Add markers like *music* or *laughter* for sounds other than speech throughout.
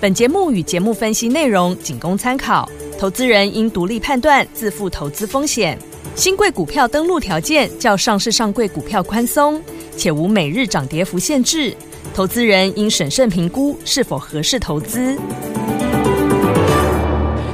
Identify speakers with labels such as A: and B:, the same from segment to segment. A: 本节目与节目分析内容仅供参考，投资人应独立判断，自负投资风险。新贵股票登录条件较上市上柜股票宽松，且无每日涨跌幅限制，投资人应审慎评估是否合适投资。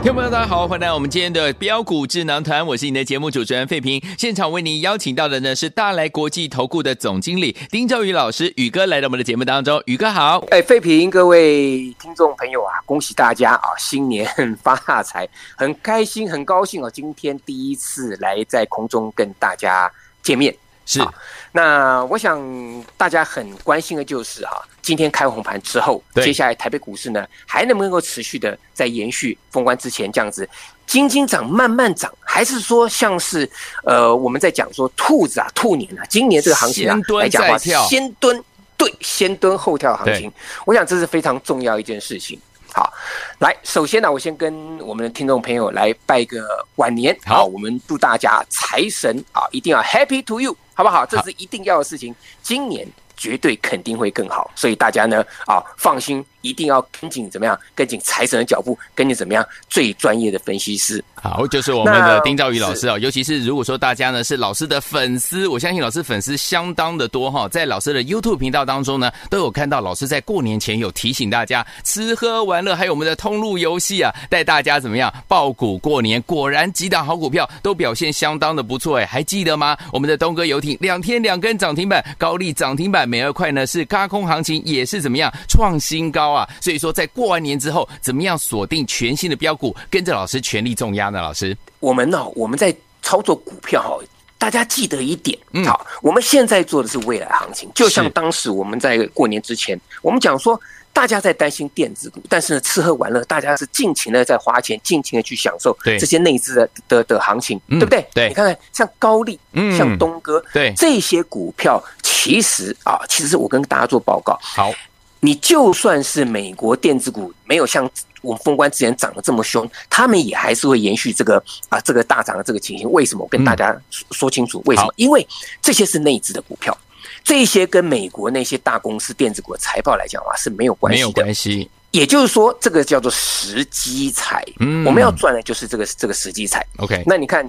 B: 听众朋友，大家好，欢迎来到我们今天的标股智囊团，我是你的节目主持人费平。现场为您邀请到的呢是大来国际投顾的总经理丁兆宇老师，宇哥来到我们的节目当中，宇哥好。
C: 哎，费平，各位听众朋友啊，恭喜大家啊，新年 *laughs* 发大财，很开心，很高兴哦、今天第一次来在空中跟大家见面。
B: 是
C: 好那我想大家很关心的就是哈、今天开红盘之后，
B: 对
C: 接下来台北股市呢还能不能够持续的在延续封关之前这样子，轻轻涨，慢慢涨，还是说像是呃我们在讲说兔子啊，兔年啊，今年这个行情啊
B: 先蹲
C: 来讲的话，
B: 再跳
C: 先蹲，对，先蹲后跳行情，我想这是非常重要一件事情。好，来，首先呢，我先跟我们的听众朋友来拜个晚年，
B: 好
C: 啊我们祝大家财神啊，一定要 Happy to you，好不好？这是一定要的事情，今年绝对肯定会更好，所以大家呢啊，放心，一定要跟紧怎么样，跟紧财神的脚步，跟紧怎么样最专业的分析师。
B: 好，就是我们的
C: 那
B: 丁兆宇老师哦，尤其是如果说大家呢是老师的粉丝，我相信老师粉丝相当的多哈、在老师的 YouTube 频道当中呢，都有看到老师在过年前有提醒大家吃喝玩乐，还有我们的通路游戏啊，带大家怎么样爆股过年，果然几档好股票都表现相当的不错哎，还记得吗？我们的东哥游艇两天两根涨停板，高丽涨停板，美二块呢是嘎空行情，也是怎么样创新高啊，所以说在过完年之后，怎么样锁定全新的标股，跟着老师全力重压呢？老师。
C: 我们呢、我们在操作股票哈、大家记得一点，
B: 嗯
C: 好，我们现在做的是未来行情，就像当时我们在过年之前，我们讲说。大家在担心电子股，但是呢，吃喝玩乐，大家是尽情的在花钱，尽情的去享受
B: 对
C: 这些内资的的的行情，
B: 嗯
C: 对不对？
B: 对
C: 你看看像高丽，
B: 嗯
C: 像东哥，
B: 对
C: 这些股票，其实啊，其实我跟大家做报告，
B: 好，
C: 你就算是美国电子股没有像我们封关之前涨得这么凶，他们也还是会延续这个啊这个大涨的这个情形。为什么？我跟大家说说清楚为什么
B: 嗯好？
C: 因为这些是内资的股票，这些跟美国那些大公司电子股的财报来讲的话是没有关
B: 没
C: 系
B: 有
C: 的。
B: 关系，
C: 也就是说，这个叫做时机财，
B: 嗯
C: 我们要赚的就是这个这个时机财。
B: OK，
C: 那你看，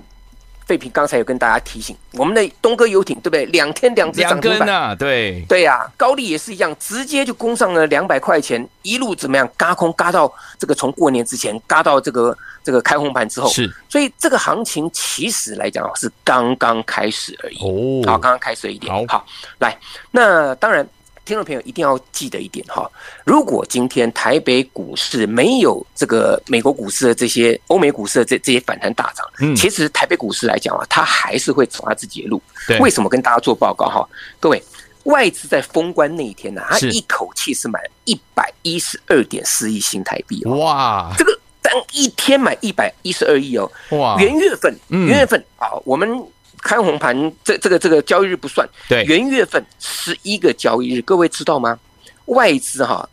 C: 费平刚才有跟大家提醒，我们的东哥游艇对不对？两天两只
B: 两
C: 涨
B: 根
C: 停板。
B: 啊，对，
C: 对呀、高丽也是一样，直接就攻上了两百块钱，一路怎么样，嘎空嘎到这个从过年之前嘎到这个这个开红盘之后，
B: 是，
C: 所以这个行情其实来讲哦是刚刚开始而已。
B: 哦
C: 好，刚刚开始一点。
B: 好
C: 来，那当然，听众朋友一定要记得一点哈，如果今天台北股市没有这个美国股市的这些、欧美股市的这这些反弹大涨，
B: 嗯
C: 其实台北股市来讲啊，它还是会走它自己的路。
B: 对
C: 为什么跟大家做报告哈？各位。外资在封关那一天呢、啊它
B: 是
C: 一口气是买一百一十二点四亿新台币、哦，
B: 哇
C: 这个单一天买一百一十二亿哦， *laughs*
B: 哇，
C: 元月份，
B: 嗯
C: 元月份啊，我们开红盘这这个这个交易日不算，
B: 对
C: 元月份十一个交易日，各位知道吗？外资哈、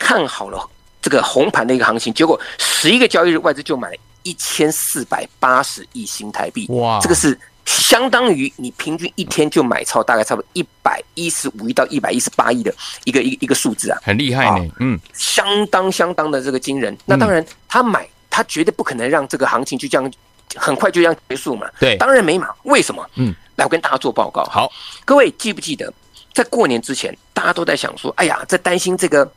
C: 看好了这个红盘的一个行情，结果十一个交易日外资就买了一千四百八十亿新台币，
B: 哇
C: 这个是。相当于你平均一天就买超大概差不多一百一十五亿到一百一十八亿的一个一个一个数字啊，
B: 很厉害呢，嗯，
C: 相当相当的这个惊人。那当然，他买他绝对不可能让这个行情就这样很快就这样结束嘛。
B: 对
C: 当然没嘛。为什么？
B: 嗯，
C: 来我跟大家做报告。
B: 好，
C: 各位记不记得，在过年之前，大家都在想说，哎呀，在担心这个。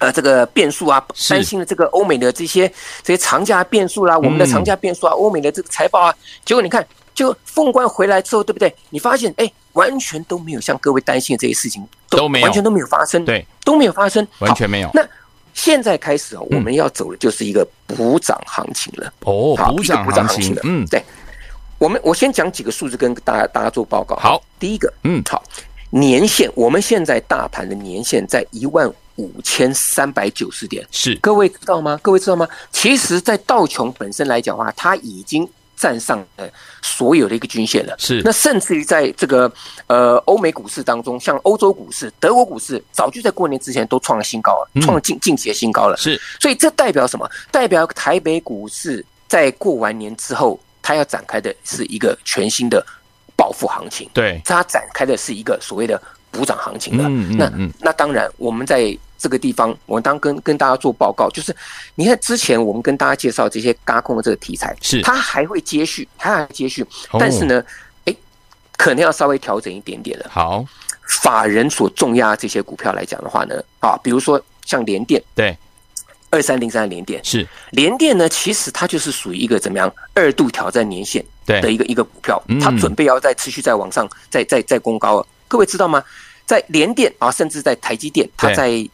C: 呃，这个变数啊，
B: 是嗯
C: 担心了这个欧美的这些这些长假变数啦、我们的长假变数啊，欧美的这个财报啊，结果你看，就凤冠回来之后，对不对？你发现，哎，完全都没有像各位担心的这些事情，
B: 都没有
C: 完全都没有发生，
B: 对，
C: 都没有发生，
B: 完
C: 好
B: 全没有
C: 那现在开始哦，
B: 嗯
C: 我们要走的就是一个补涨行情了。
B: 哦，
C: 好
B: 补
C: 一个
B: 涨行情
C: 了，
B: 嗯，
C: 对。我们我先讲几个数字跟大家大家做报告。啊
B: 好，
C: 第一个，
B: 嗯
C: 好，年限我们现在大盘的年限在一万五千三百九十点。
B: 是
C: 各位知道吗？各位知道吗？其实，在道琼本身来讲的话，它已经站上了所有的一个均线了。
B: 是
C: 那甚至于在这个呃欧美股市当中，像欧洲股市、德国股市，早就在过年之前都创了新高了，
B: 嗯
C: 创了近近期的新高了。
B: 是
C: 所以这代表什么？代表台北股市在过完年之后，它要展开的是一个全新的报复行情，
B: 对，
C: 它展开的是一个所谓的补涨行情了。
B: 嗯嗯
C: 那
B: 嗯
C: 那当然，我们在这个地方，我当跟跟大家做报告，就是你看之前我们跟大家介绍这些嘎空的这个题材，
B: 是
C: 它还会接续，它还会接续
B: 哦，
C: 但是呢，哎、可能要稍微调整一点点了。
B: 好，
C: 法人所重压这些股票来讲的话呢，啊，比如说像联电
B: 对，
C: 二三零三的联电，
B: 是
C: 联电呢，其实它就是属于一个怎么样二度挑战年线
B: 对
C: 的一个一个股票
B: 嗯，
C: 它准备要再持续再往上，再再再攻高了。各位知道吗？在联电啊，甚至在台积电，它
B: 对
C: 在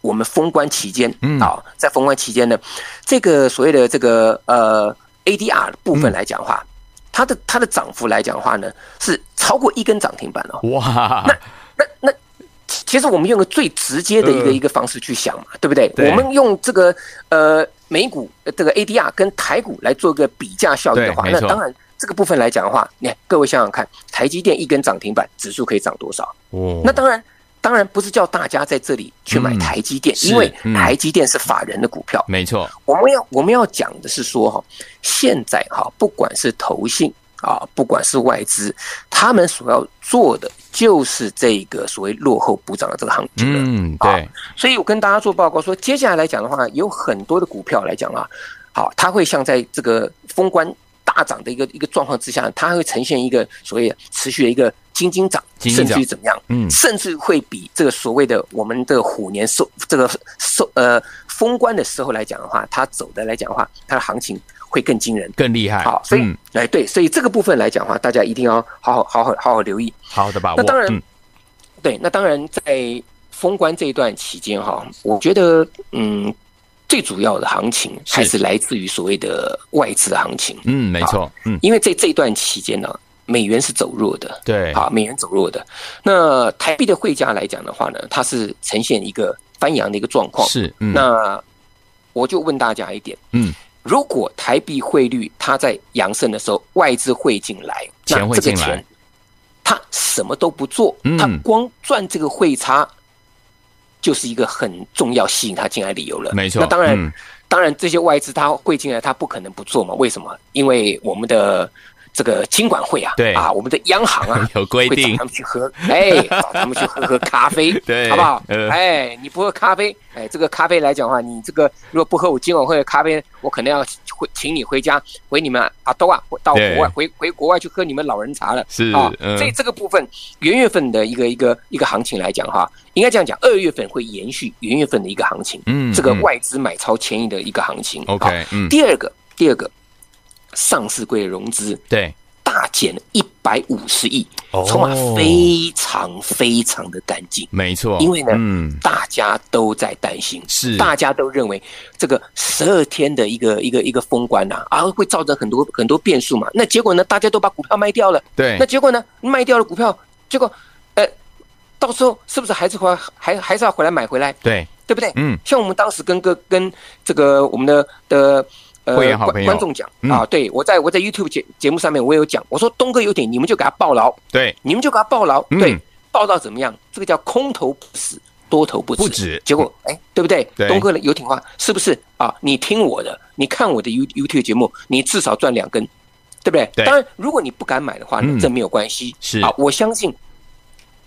C: 我们封关期间
B: 嗯
C: 啊，在封关期间呢，这个所谓的这个呃 ADR 的部
B: 嗯
C: 分来讲的话，它的它的涨幅来讲的话呢，是超过一根涨停板哦。
B: 哇，
C: 那那其其实我们用个最直接的一
B: 呃
C: 个一个方式去想嘛，对不对？
B: 对
C: 我们用这个呃美股呃这个 ADR 跟台股来做个比价效应的话，
B: 对没
C: 那
B: 错
C: 当然这个部分来讲的话，你看各位想想看，台积电一根涨停板指数可以涨多少？
B: 哦
C: 那当然。当然不是叫大家在这里去买台积电，
B: 嗯是
C: 因为
B: 嗯
C: 台积电是法人的股票。
B: 没错，
C: 我们要我们要讲的是说哈，现在哈，不管是投信啊，不管是外资，他们所要做的就是这个所谓落后补涨的这个行情了。
B: 嗯，
C: 好
B: 对，
C: 所以我跟大家做报告说，接下来来讲的话，有很多的股票来讲啊，好，它会像在这个封关大涨的一个一个状况之下，它会呈现一个所谓持续的一个金金涨，
B: 金金
C: 甚
B: 涨
C: 至于怎么样，
B: 嗯
C: 甚至会比这个所谓的我们的虎年收这个收呃封关的时候来讲的话，它走的来讲的话，它的行情会更惊人。
B: 更厉害，
C: 好，所以、
B: 嗯
C: 哎对，所以这个部分来讲的话，大家一定要好好好好好好留意。
B: 好的把握，
C: 那当然
B: 嗯
C: 对，那当然在封关这一段期间哈，我觉得嗯，最主要的行情
B: 是
C: 还是来自于所谓的外资的行情，
B: 嗯，没错，嗯，
C: 因为在这一段期间呢，美元是走弱的，
B: 对，
C: 好，美元走弱的。那台币的汇价来讲的话呢，它是呈现一个翻扬的一个状况。
B: 是，嗯，
C: 那我就问大家一点，
B: 嗯，
C: 如果台币汇率它在扬升的时候，外资汇进来，那
B: 钱会
C: 这
B: 进
C: 个
B: 来
C: 钱，他什么都不做，
B: 嗯
C: 他光赚这个汇差，就是一个很重要吸引他进来的理由了。
B: 没错
C: 那当然，
B: 嗯
C: 当然这些外资他汇进来，他不可能不做嘛？为什么？因为我们的。这个金管会啊，
B: 对
C: 啊，我们的央行
B: *laughs*，
C: 啊
B: 有规定
C: 会找他们去喝， *laughs* 哎，找他们去喝喝咖啡，
B: *laughs* 对
C: 好不好？
B: 呃
C: 哎，你不喝咖啡，哎，这个咖啡来讲的话，你这个如果不喝我今晚会的咖啡，我可能要回请你回家，回你们阿都啊，回到
B: 对
C: 国外，回回国外去喝你们老人茶了。
B: 是
C: 啊，
B: 嗯
C: 所以这个部分元月份的一个一个一个行情来讲哈，应该这样讲，二月份会延续元月份的一个行情，
B: 嗯
C: 这个
B: 嗯
C: 外资买超前亿的一个行情。
B: OK，
C: 好
B: 嗯
C: 第二个，第二个，上市柜的融资
B: 对，
C: 大减一百五十亿
B: 哦，
C: 筹码非常非常的干净。
B: 没错，
C: 因为呢，
B: 嗯，
C: 大家都在担心，
B: 是
C: 大家都认为这个十二天的一个一个一个封关呐、啊，会造成很多很多变数嘛。那结果呢，大家都把股票卖掉了，
B: 对
C: 那，结果呢，卖掉了股票，结果，呃，到时候是不是还是回来还还是要回来买回来，
B: 对，
C: 对不对？
B: 嗯，
C: 像我们当时跟个跟这个我们的的。呃
B: 会员好朋
C: 观
B: 友
C: 观众讲
B: 嗯
C: 啊，对我在我在 YouTube 节节目上面我也有讲，我说东哥有点，你们就给他抱牢，
B: 对，
C: 你们就给他抱牢，
B: 嗯
C: 对，抱到怎么样？这个叫空头不死，多头不止。
B: 不止嗯
C: 结果哎，对不对？
B: 对
C: 东哥的游艇话是不是啊？你听我的，你看我的 You YouTube 节目，你至少赚两根，对不对？
B: 对
C: 当然，如果你不敢买的话，
B: 嗯
C: 那这没有关系。
B: 是
C: 啊，我相信，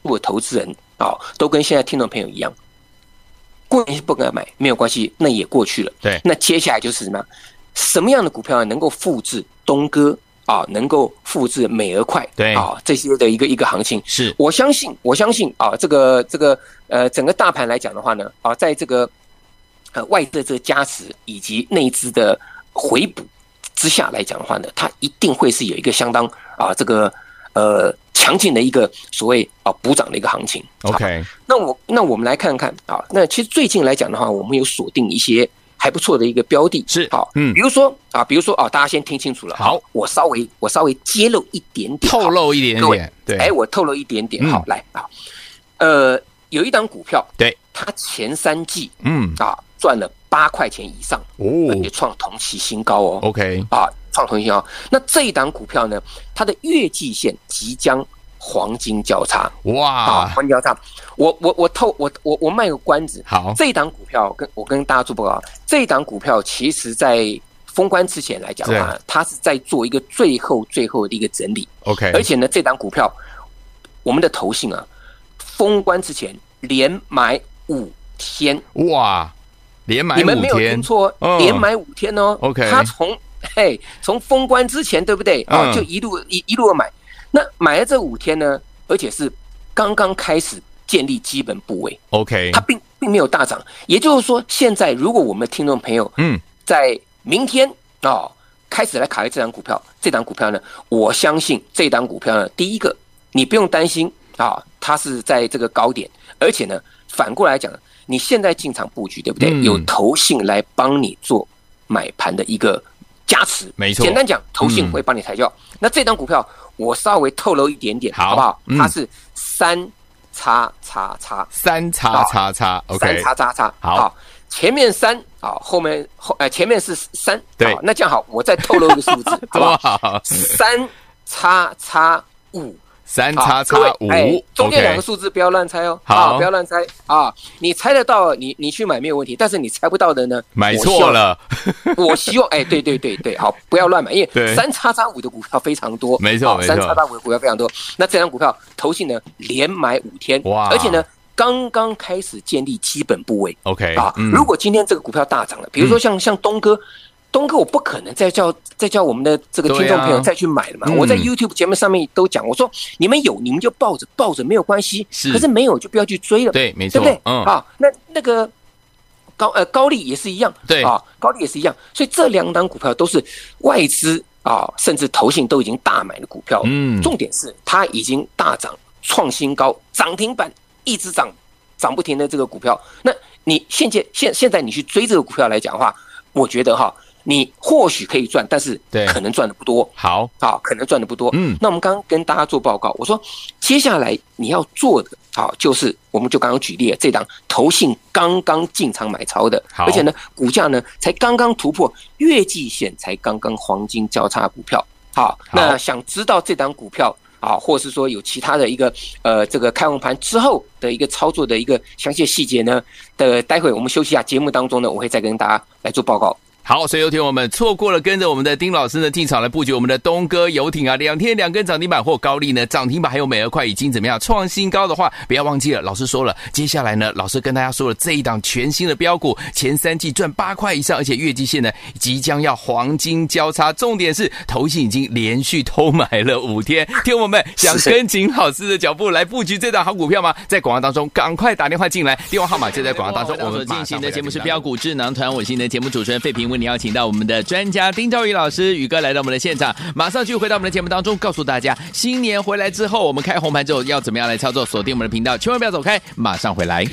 C: 如果投资人啊，都跟现在听众朋友一样，过年不敢买没有关系，那也过去了。
B: 对
C: 那接下来就是什么样？什么样的股票能够复制东哥啊？能够复制美而快
B: 对
C: 啊这些的一个一个行情？
B: 是，
C: 我相信，我相信啊，这个这个呃，整个大盘来讲的话呢，啊，在这个呃外资的这个加持以及内资的回补之下来讲的话呢，它一定会是有一个相当啊这个呃强劲的一个所谓啊补涨的一个行情。
B: OK，
C: 那我那我们来看看啊，那其实最近来讲的话，我们有锁定一些还不错的一个标的，
B: 是
C: 好，
B: 嗯
C: 比如说啊，比如说啊，大家先听清楚了，
B: 好，
C: 我稍微我稍微揭露一点点，
B: 透
C: 好
B: 露一点
C: 各位
B: 点，对，
C: 哎，我透露一点点，
B: 嗯
C: 好，来啊，呃，有一档股票，
B: 对，
C: 它前三季
B: 嗯，
C: 啊赚了八块钱以上，
B: 哦
C: 而且创同期新高哦。
B: ，OK，
C: 啊，创同期新高。那这一档股票呢，它的月季线即将黄金交叉啊，
B: 哇，
C: 黄金交叉。我我我透我我我卖个关子，
B: 好，
C: 这一档股票跟我跟大家做报告，啊这一档股票其实在封关之前来讲的话，它是在做一个最后最后的一个整理，
B: ，OK，
C: 而且呢，这档股票我们的投信啊，封关之前连买五天，
B: 哇，连买
C: 你们
B: 五
C: 没有
B: 天
C: 听，错，
B: 嗯
C: 连买五天哦。
B: OK
C: 他从嘿从封关之前，对不对？啊，
B: 嗯
C: 就一路一一路买，那买了这五天呢，而且是刚刚开始建立基本部位，
B: ，OK，
C: 它并并没有大涨。也就是说，现在如果我们的听众朋友
B: 嗯，
C: 在明天哦开始来卡位这档股票，这档股票呢，我相信这档股票呢，第一个你不用担心啊、它是在这个高点，而且呢，反过来讲，你现在进场布局，对不对？
B: 嗯
C: 有投信来帮你做买盘的一个加持，
B: 没错
C: 简单讲，投信
B: 嗯
C: 会帮你抬轿。那这档股票我稍微透露一点点，
B: 好
C: 好不好？
B: 嗯
C: 它是三叉叉叉。
B: 三叉叉叉
C: 三
B: ，OK，
C: 叉叉叉，
B: 好
C: 前面三啊、后面后呃前面是三，
B: 对
C: 好那这样好，我再透露一个数
B: *laughs*
C: 字，好不
B: 多
C: 好？
B: 好，
C: 三叉叉五，
B: 三
C: 好
B: 叉叉
C: 各位
B: 五
C: 哎中间两
B: ，OK，
C: 个数字不要乱猜哦，
B: 好
C: 啊不要乱猜啊，你猜得到，你你去买没有问题，但是你猜不到的呢，
B: 买
C: 我希
B: 错
C: 望，
B: 了，
C: 我希望哎，对对对对，好，不要乱买，因
B: 对
C: 为三叉叉五的股票非常多，
B: 没错
C: 好
B: 没错
C: 三叉叉五的股票非常多。那这张股票投信呢连买五天，
B: 哇
C: 而且呢刚刚开始建立基本部位
B: OK，
C: 啊。
B: 嗯
C: 如果今天这个股票大涨了，比如说像像东哥。东哥，我不可能再叫再叫我们的这个
B: 对啊
C: 听众朋友再去买了嘛！
B: 嗯
C: 我在 YouTube 节目上面都讲，我说你们有你们就抱着抱着没有关系，
B: 是
C: 可是没有就不要去追了。
B: 对，没
C: 对
B: 错
C: 不对，？
B: 嗯，
C: 啊，那那个高呃高利也是一样，
B: 对
C: 啊，高利也是一样，所以这两档股票都是外资啊，甚至投信都已经大买的股票，
B: 嗯
C: 重点是它已经大涨创新高，涨停板一直涨，涨不停的这个股票，那你现在现现在你去追这个股票来讲的话，我觉得哈，你或许可以赚，但是
B: 对
C: 可能赚的不多。
B: 好，
C: 啊，可能赚的不多。
B: 嗯
C: 那我们刚刚跟大家做报告，我说接下来你要做的，好，就是我们就刚刚举例了，这档投信刚刚进场买超的，
B: 好
C: 而且呢，股价呢才刚刚突破月季线，才刚刚黄金交叉股票。好，那想知道这档股票。啊，或是说有其他的一个呃，这个开完盘之后的一个操作的一个详细的细节呢，的待会我们休息一下，节目当中呢，我会再跟大家来做报告。
B: 好，所以有听我们错过了跟着我们的丁老师呢进场来布局我们的东哥游艇啊，两天两根涨停板或高利呢涨停板，还有美而快已经怎么样创新高的话，不要忘记了，老师说了，接下来呢，老师跟大家说了这一档全新的标股，前三季赚八块以上，而且月季线呢即将要黄金交叉，重点是投信已经连续偷买了五天，听我们想
C: 是
B: 跟紧老师的脚步来布局这档好股票吗？在广告当中赶快打电话进来，电话号码就在广告当中，我
D: 所
B: 们
D: 进行的节目是
B: 标
D: 标
B: 股。
D: 股智囊团，我是你的节目主持人费平，为你邀请到我们的专家丁兆宇老师，宇哥来到我们的现场，马上就回到我们的节目当中，告诉大家新年回来之后，我们开红盘之后要怎么样来操作，锁定我们的频道，千万不要走开，马上回来。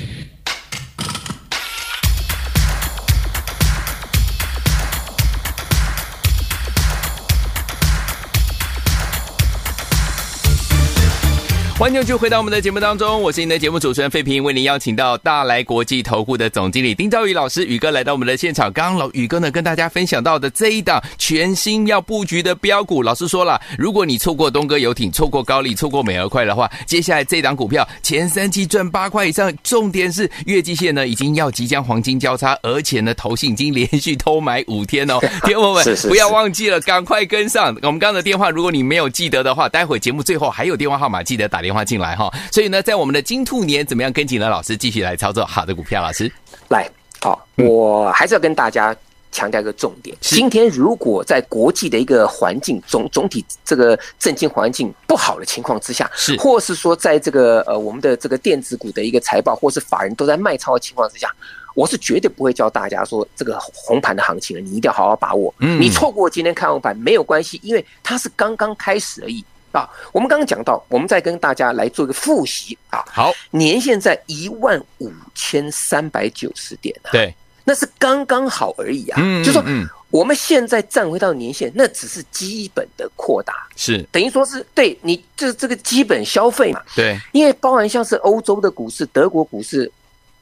B: 欢迎继续回到我们的节目当中，我是您的节目主持人费平，为您邀请到大来国际投顾的总经理丁兆宇老师，宇哥来到我们的现场。刚刚老宇哥呢跟大家分享到的这一档全新要布局的标股，老师说了，如果你错过东哥游艇、错过高利、错过美而快的话，接下来这档股票前三季赚八块以上，重点是月季线呢已经要即将黄金交叉，而且呢投信已经连续偷买五天哦， *laughs* 天友们
C: 是是
B: 不要
C: 是
B: 忘记了，赶快跟上我们刚刚的电话。如果你没有记得的话，待会节目最后还有电话号码，记得打电话进来哈。所以呢，在我们的金兔年，怎么样跟紧了老师继续来操作好的股票？老师，
C: 来，好，
B: 嗯
C: 我还是要跟大家强调一个重点：今天如果在国际的一个环境总总体这个政经环境不好的情况之下，
B: 是
C: 或是说在这个呃我们的这个电子股的一个财报或是法人都在卖超的情况之下。我是绝对不会教大家说这个红盘的行情了，你一定要好好把握。
B: 嗯
C: 你错过今天看红盘没有关系，因为它是刚刚开始而已啊。我们刚刚讲到，我们再跟大家来做一个复习啊。
B: 好，
C: 年限在一万五千三百九十点啊，
B: 对，
C: 那是刚刚好而已啊。
B: 嗯
C: 就说
B: 嗯
C: 我们现在站回到年限，那只是基本的扩大，
B: 是
C: 等于说是对你这这个基本消费嘛，
B: 对，
C: 因为包含像是欧洲的股市、德国股市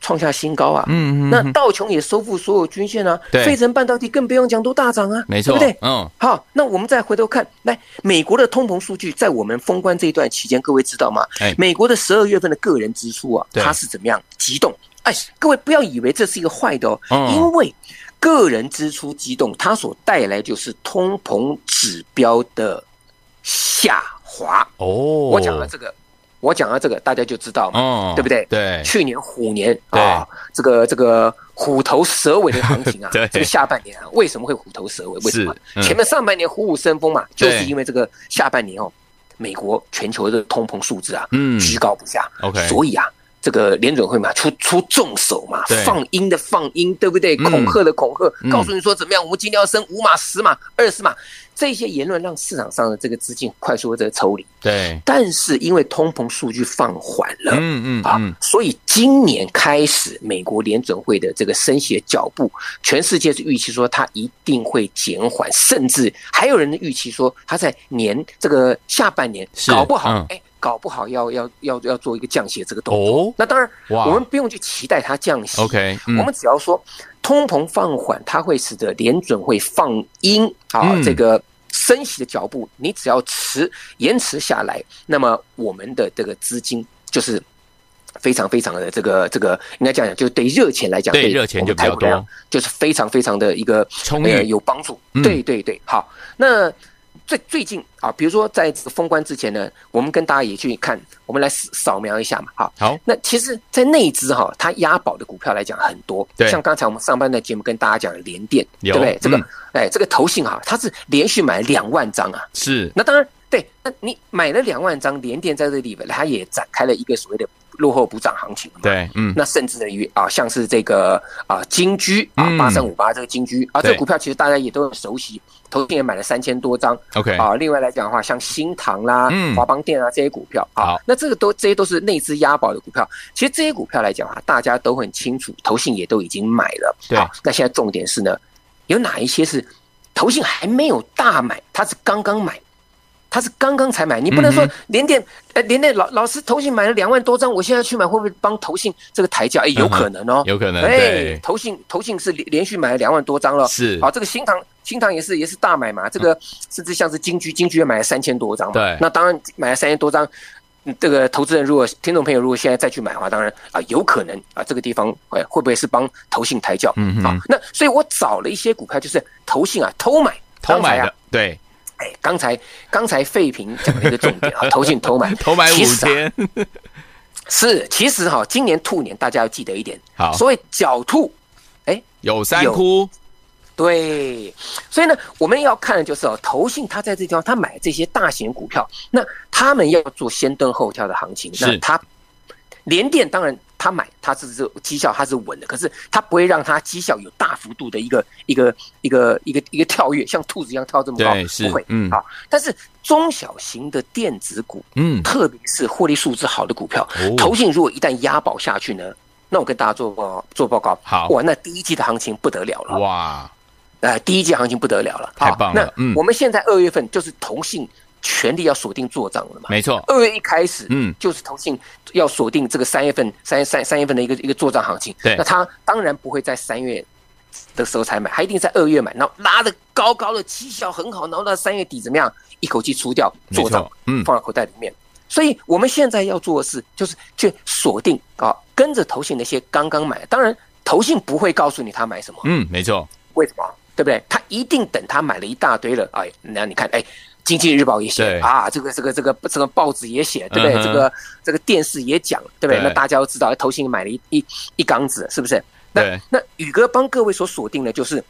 C: 创下新高啊，
B: 嗯
C: 那道琼也收复所有均线啊，
B: 对
C: 费城半导体更不用讲都大涨啊，
B: 没错，
C: 对不对？
B: 嗯，
C: 好，那我们再回头看，来美国的通膨数据，在我们封关这一段期间，各位知道吗？
B: 哎
C: 美国的十二月份的个人支出啊，
B: 对
C: 它是怎么样激动？哎，各位不要以为这是一个坏的哦，
B: 嗯
C: 因为个人支出激动，它所带来就是通膨指标的下滑。
B: 哦，
C: 我
B: 我
C: 讲到这个，我讲到这个，大家就知道嘛，
B: 嗯
C: 对不对？
B: 对，
C: 去年虎年
B: 对
C: 啊，这个这个虎头蛇尾的行情啊
B: *laughs* 对，
C: 这个下半年啊，为什么会虎头蛇尾？为什么
B: 是？嗯
C: 前面上半年虎虎生风嘛，
B: 对
C: 就是因为这个下半年哦，美国全球的通膨数字啊，
B: 嗯
C: 居高不下
B: OK
C: 所以啊。这个联准会嘛，出出重手嘛
B: 对，
C: 放鹰的放鹰，对不对？
B: 嗯
C: 恐吓的恐吓，
B: 嗯
C: 告诉你说怎么样，我们今天要升五码、十码、二十码，这些言论让市场上的这个资金快速的抽离。
B: 对，
C: 但是因为通膨数据放缓了，
B: 嗯嗯
C: 啊
B: 嗯，，
C: 所以今年开始，美国联准会的这个升息的脚步，全世界是预期说它一定会减缓，甚至还有人预期说它在年这个下半年
B: 是
C: 搞不好，
B: 嗯
C: 哎、搞不好要要要要做一个降息的这个动作。
B: 哦
C: 那当然，
B: 哇
C: 我们不用去期待它降息。
B: ，OK，嗯
C: 我们只要说通膨放缓，它会使得联准会放鹰啊、
B: 嗯
C: 这个升息的脚步，你只要迟延迟下来，那么我们的这个资金就是。非常非常的这个这个，应该这样讲，就是对热钱来讲，
B: 对热钱
C: 我们
B: 就比较
C: 台股来讲
B: 多，
C: 就是非常非常的一个
B: 充裕
C: 呃有帮助
B: 嗯。
C: 对对对，好，那最最近啊，比如说在这个封关之前呢，我们跟大家也去看，我们来扫扫描一下嘛，好，
B: 好，
C: 那其实，在内资哈，它押宝的股票来讲很多，
B: 对
C: 像刚才我们上半段节目跟大家讲的联电，对
B: 有
C: 不对？这个
B: 嗯，
C: 哎，这个投信哈，它是连续买两万张啊。
B: 是
C: 那当然，对，那你买了两万张，联电在这里，它也展开了一个所谓的落后补涨行情嘛。
B: 对，嗯，
C: 那甚至于啊，像是这个啊金居啊
B: 嗯
C: 八三五八这个金居啊，这
B: 对
C: 个股票其实大家也都很熟悉，投信也买了三千多张
B: OK
C: 啊。另外来讲的话，像新唐啦
B: 嗯、
C: 华邦电啊这些股票啊
B: 好，
C: 那这个都这些都是内资押宝的股票。其实这些股票来讲啊，大家都很清楚，投信也都已经买了。
B: 对
C: 好那现在重点是呢，有哪一些是投信还没有大买，它是刚刚买。它是刚刚才买，你不能说
B: 嗯
C: 连电，呃，连电老老师投信买了两万多张，我现在去买会不会帮投信这个抬
B: 嗯
C: 价？哎，有可能哦，
B: 有可能
C: 哎
B: 对，
C: 投信投信是连连续买了两万多张了，
B: 是嗯
C: 好，这个新塘新塘也是也是大买嘛，这个甚至像是金居，金居也买了三千多张嘛，
B: 对
C: 那当然买了三千多张。嗯这个投资人如果听众朋友如果现在再去买的话，当然啊、有可能啊、这个地方哎会不会是帮投信抬轿？
B: 嗯哼
C: 好，那所以我找了一些股票，就是投信啊偷买，
B: 偷买
C: 刚才啊
B: 的，对，
C: 哎，刚才刚才费平讲了一个重
B: *laughs*
C: 点啊，投信偷买，
B: 偷买五
C: 其实啊
B: 天，
C: 是，其实哈、今年兔年大家要记得一点，
B: 好
C: 所谓狡兔，哎，
B: 有三
C: 有
B: 窟，
C: 对，所以呢，我们要看的就是哦，投信它在这地方，它买这些大型股票，那他们要做先蹲后跳的行情，
B: 是
C: 那它联电当然它买它是这绩效它是稳的，可是它不会让它绩效有大幅度的一个一个一个一个一个跳跃，像兔子一样跳这么高
B: 对，是
C: 不会，
B: 嗯
C: 好，但是中小型的电子股，
B: 嗯
C: 特别是获利数字好的股票
B: 哦，
C: 投信如果一旦押宝下去呢，那我跟大家做报做报告，
B: 好
C: 哇，那第一季的行情不得了了，
B: 哇，
C: 呃，第一季行情不得了了，
B: 太
C: 好
B: 棒了嗯
C: 那我们现在二月份就是投信全力要锁定做账了嘛。
B: 没错，
C: 二月一开始，
B: 嗯
C: 就是投信要锁定这个三月份、三三三月份的一个一个做账行情。
B: 对
C: 那他当然不会在三月的时候才买，他一定在二月买，然后拉的高高的，绩效很好，然后到三月底怎么样，一口气出掉
B: 没
C: 做账
B: 错，，嗯，
C: 放到口袋里面。所以我们现在要做的事就是去锁定啊，跟着投信那些刚刚买的，当然投信不会告诉你他买什么，
B: 嗯，没错，
C: 为什么？对不对？他一定等他买了一大堆了，哎，那你看，哎，《经济日报》也
B: 对
C: 写啊，这个这个这个这个报纸也写，对不对？
B: 嗯哼
C: 这个这个电视也讲，对不对？
B: 对
C: 那大家都知道，哎投信买了一一一缸子，是不是？那
B: 对
C: 那宇哥帮各位所锁定的就是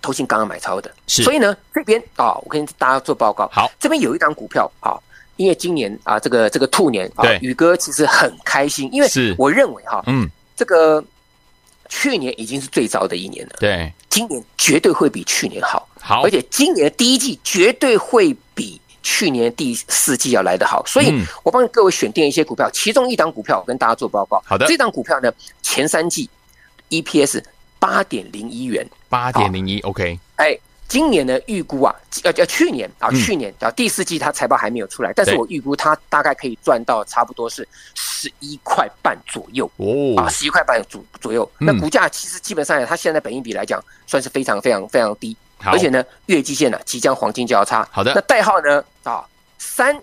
C: 投信刚刚买超的，
B: 是
C: 所以呢，这边啊、我跟大家做报告，
B: 好，
C: 这边有一档股票啊。因为今年啊，这个这个兔年啊
B: 对，
C: 宇哥其实很开心，因为
B: 是
C: 我认为哈、
B: 嗯，
C: 这个去年已经是最糟的一年了。
B: 对，
C: 今年绝对会比去年好，
B: 好
C: 而，且今年的第一季绝对会比去年第四季要来得好。所以
B: 嗯，
C: 我帮各位选定一些股票，其中一档股票我跟大家做报告。
B: 好的
C: 这档股票呢，前三季 EPS E 八点零一元。
B: 八点零一，OK，
C: 哎，今年呢预估啊，呃呃，去年啊，去年啊第四季它财报还没有出来，但
B: 嗯
C: 是
B: 对
C: 我预估它大概可以赚到差不多是十一块半左右。啊，
B: 哦，
C: 十一块半左左右。那
B: 嗯
C: 股价其实基本上它现在本益比来讲，算是非常非常非常低，
B: 好
C: 而且呢，月季线呢、即将黄金交叉。
B: 好的
C: 那代号呢啊三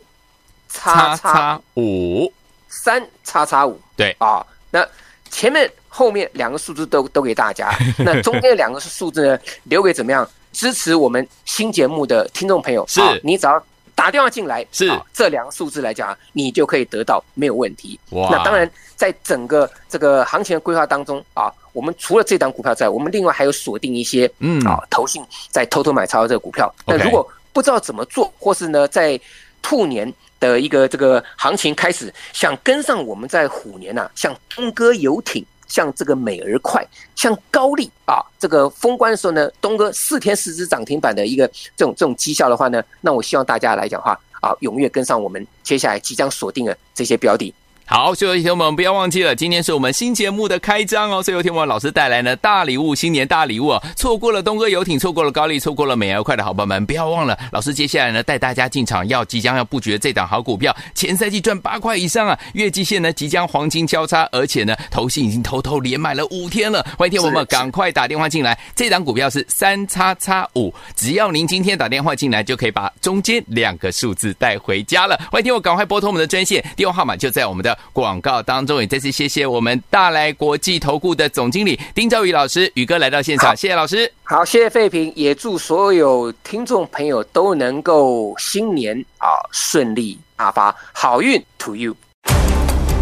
C: 叉
B: 叉
C: 叉
B: 叉五，
C: 三叉叉五
B: 对，
C: 啊，那前面后面两个数字都都给大家，
B: *laughs*
C: 那中间两个数字呢留给怎么样支持我们新节目的听众朋友？
B: 是
C: 啊你只要。打电话进来
B: 是
C: 啊这两个数字来讲，你就可以得到没有问题。
B: 哇
C: 那当然，在整个这个行情的规划当中啊，我们除了这档股票之外，我们另外还有锁定一些
B: 嗯
C: 啊投信在偷偷买超这个股票。那
B: OK
C: 如果不知道怎么做，或是呢在兔年的一个这个行情开始，想跟上我们在虎年呐、啊，像东哥游艇。像这个美而快，像高丽啊，这个封关的时候呢，东哥四天四只涨停板的一个这种这种绩效的话呢，那我希望大家来讲的话啊，踊跃跟上我们接下来即将锁定的这些标的。
B: 好，所以有听众们不要忘记了，今天是我们新节目的开张哦。所以有听我们老师带来呢大礼物，新年大礼物哦。错过了东哥游艇，错过了高丽，错过了美而啊快的好朋友们，不要忘了，老师接下来呢带大家进场，要即将要布局的这档好股票，前赛季赚八块以上啊，月季线呢即将黄金交叉，而且呢投信已经偷偷连买了五天了。欢迎听我们
C: 是
B: 赶快打电话进来，这档股票是三叉叉五，只要您今天打电话进来，就可以把中间两个数字带回家了。欢迎听我赶快拨通我们的专线，电话号码就在我们的广告当中。也再次谢谢我们大来国际投顾的总经理丁兆宇老师，宇哥来到现场，
C: 好
B: 谢谢老师。
C: 好，谢谢费平，也祝所有听众朋友都能够新年啊顺利大发，好运 to you。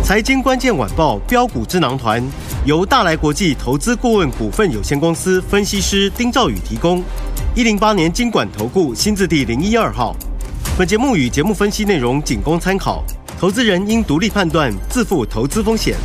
E: 财经关键晚报标股智囊团由大来国际投资顾问股份有限公司分析师丁兆宇提供。一零八年经管投顾新字第零一二号。本节目与节目分析内容仅供参考，投资人应独立判断，自负投资风险。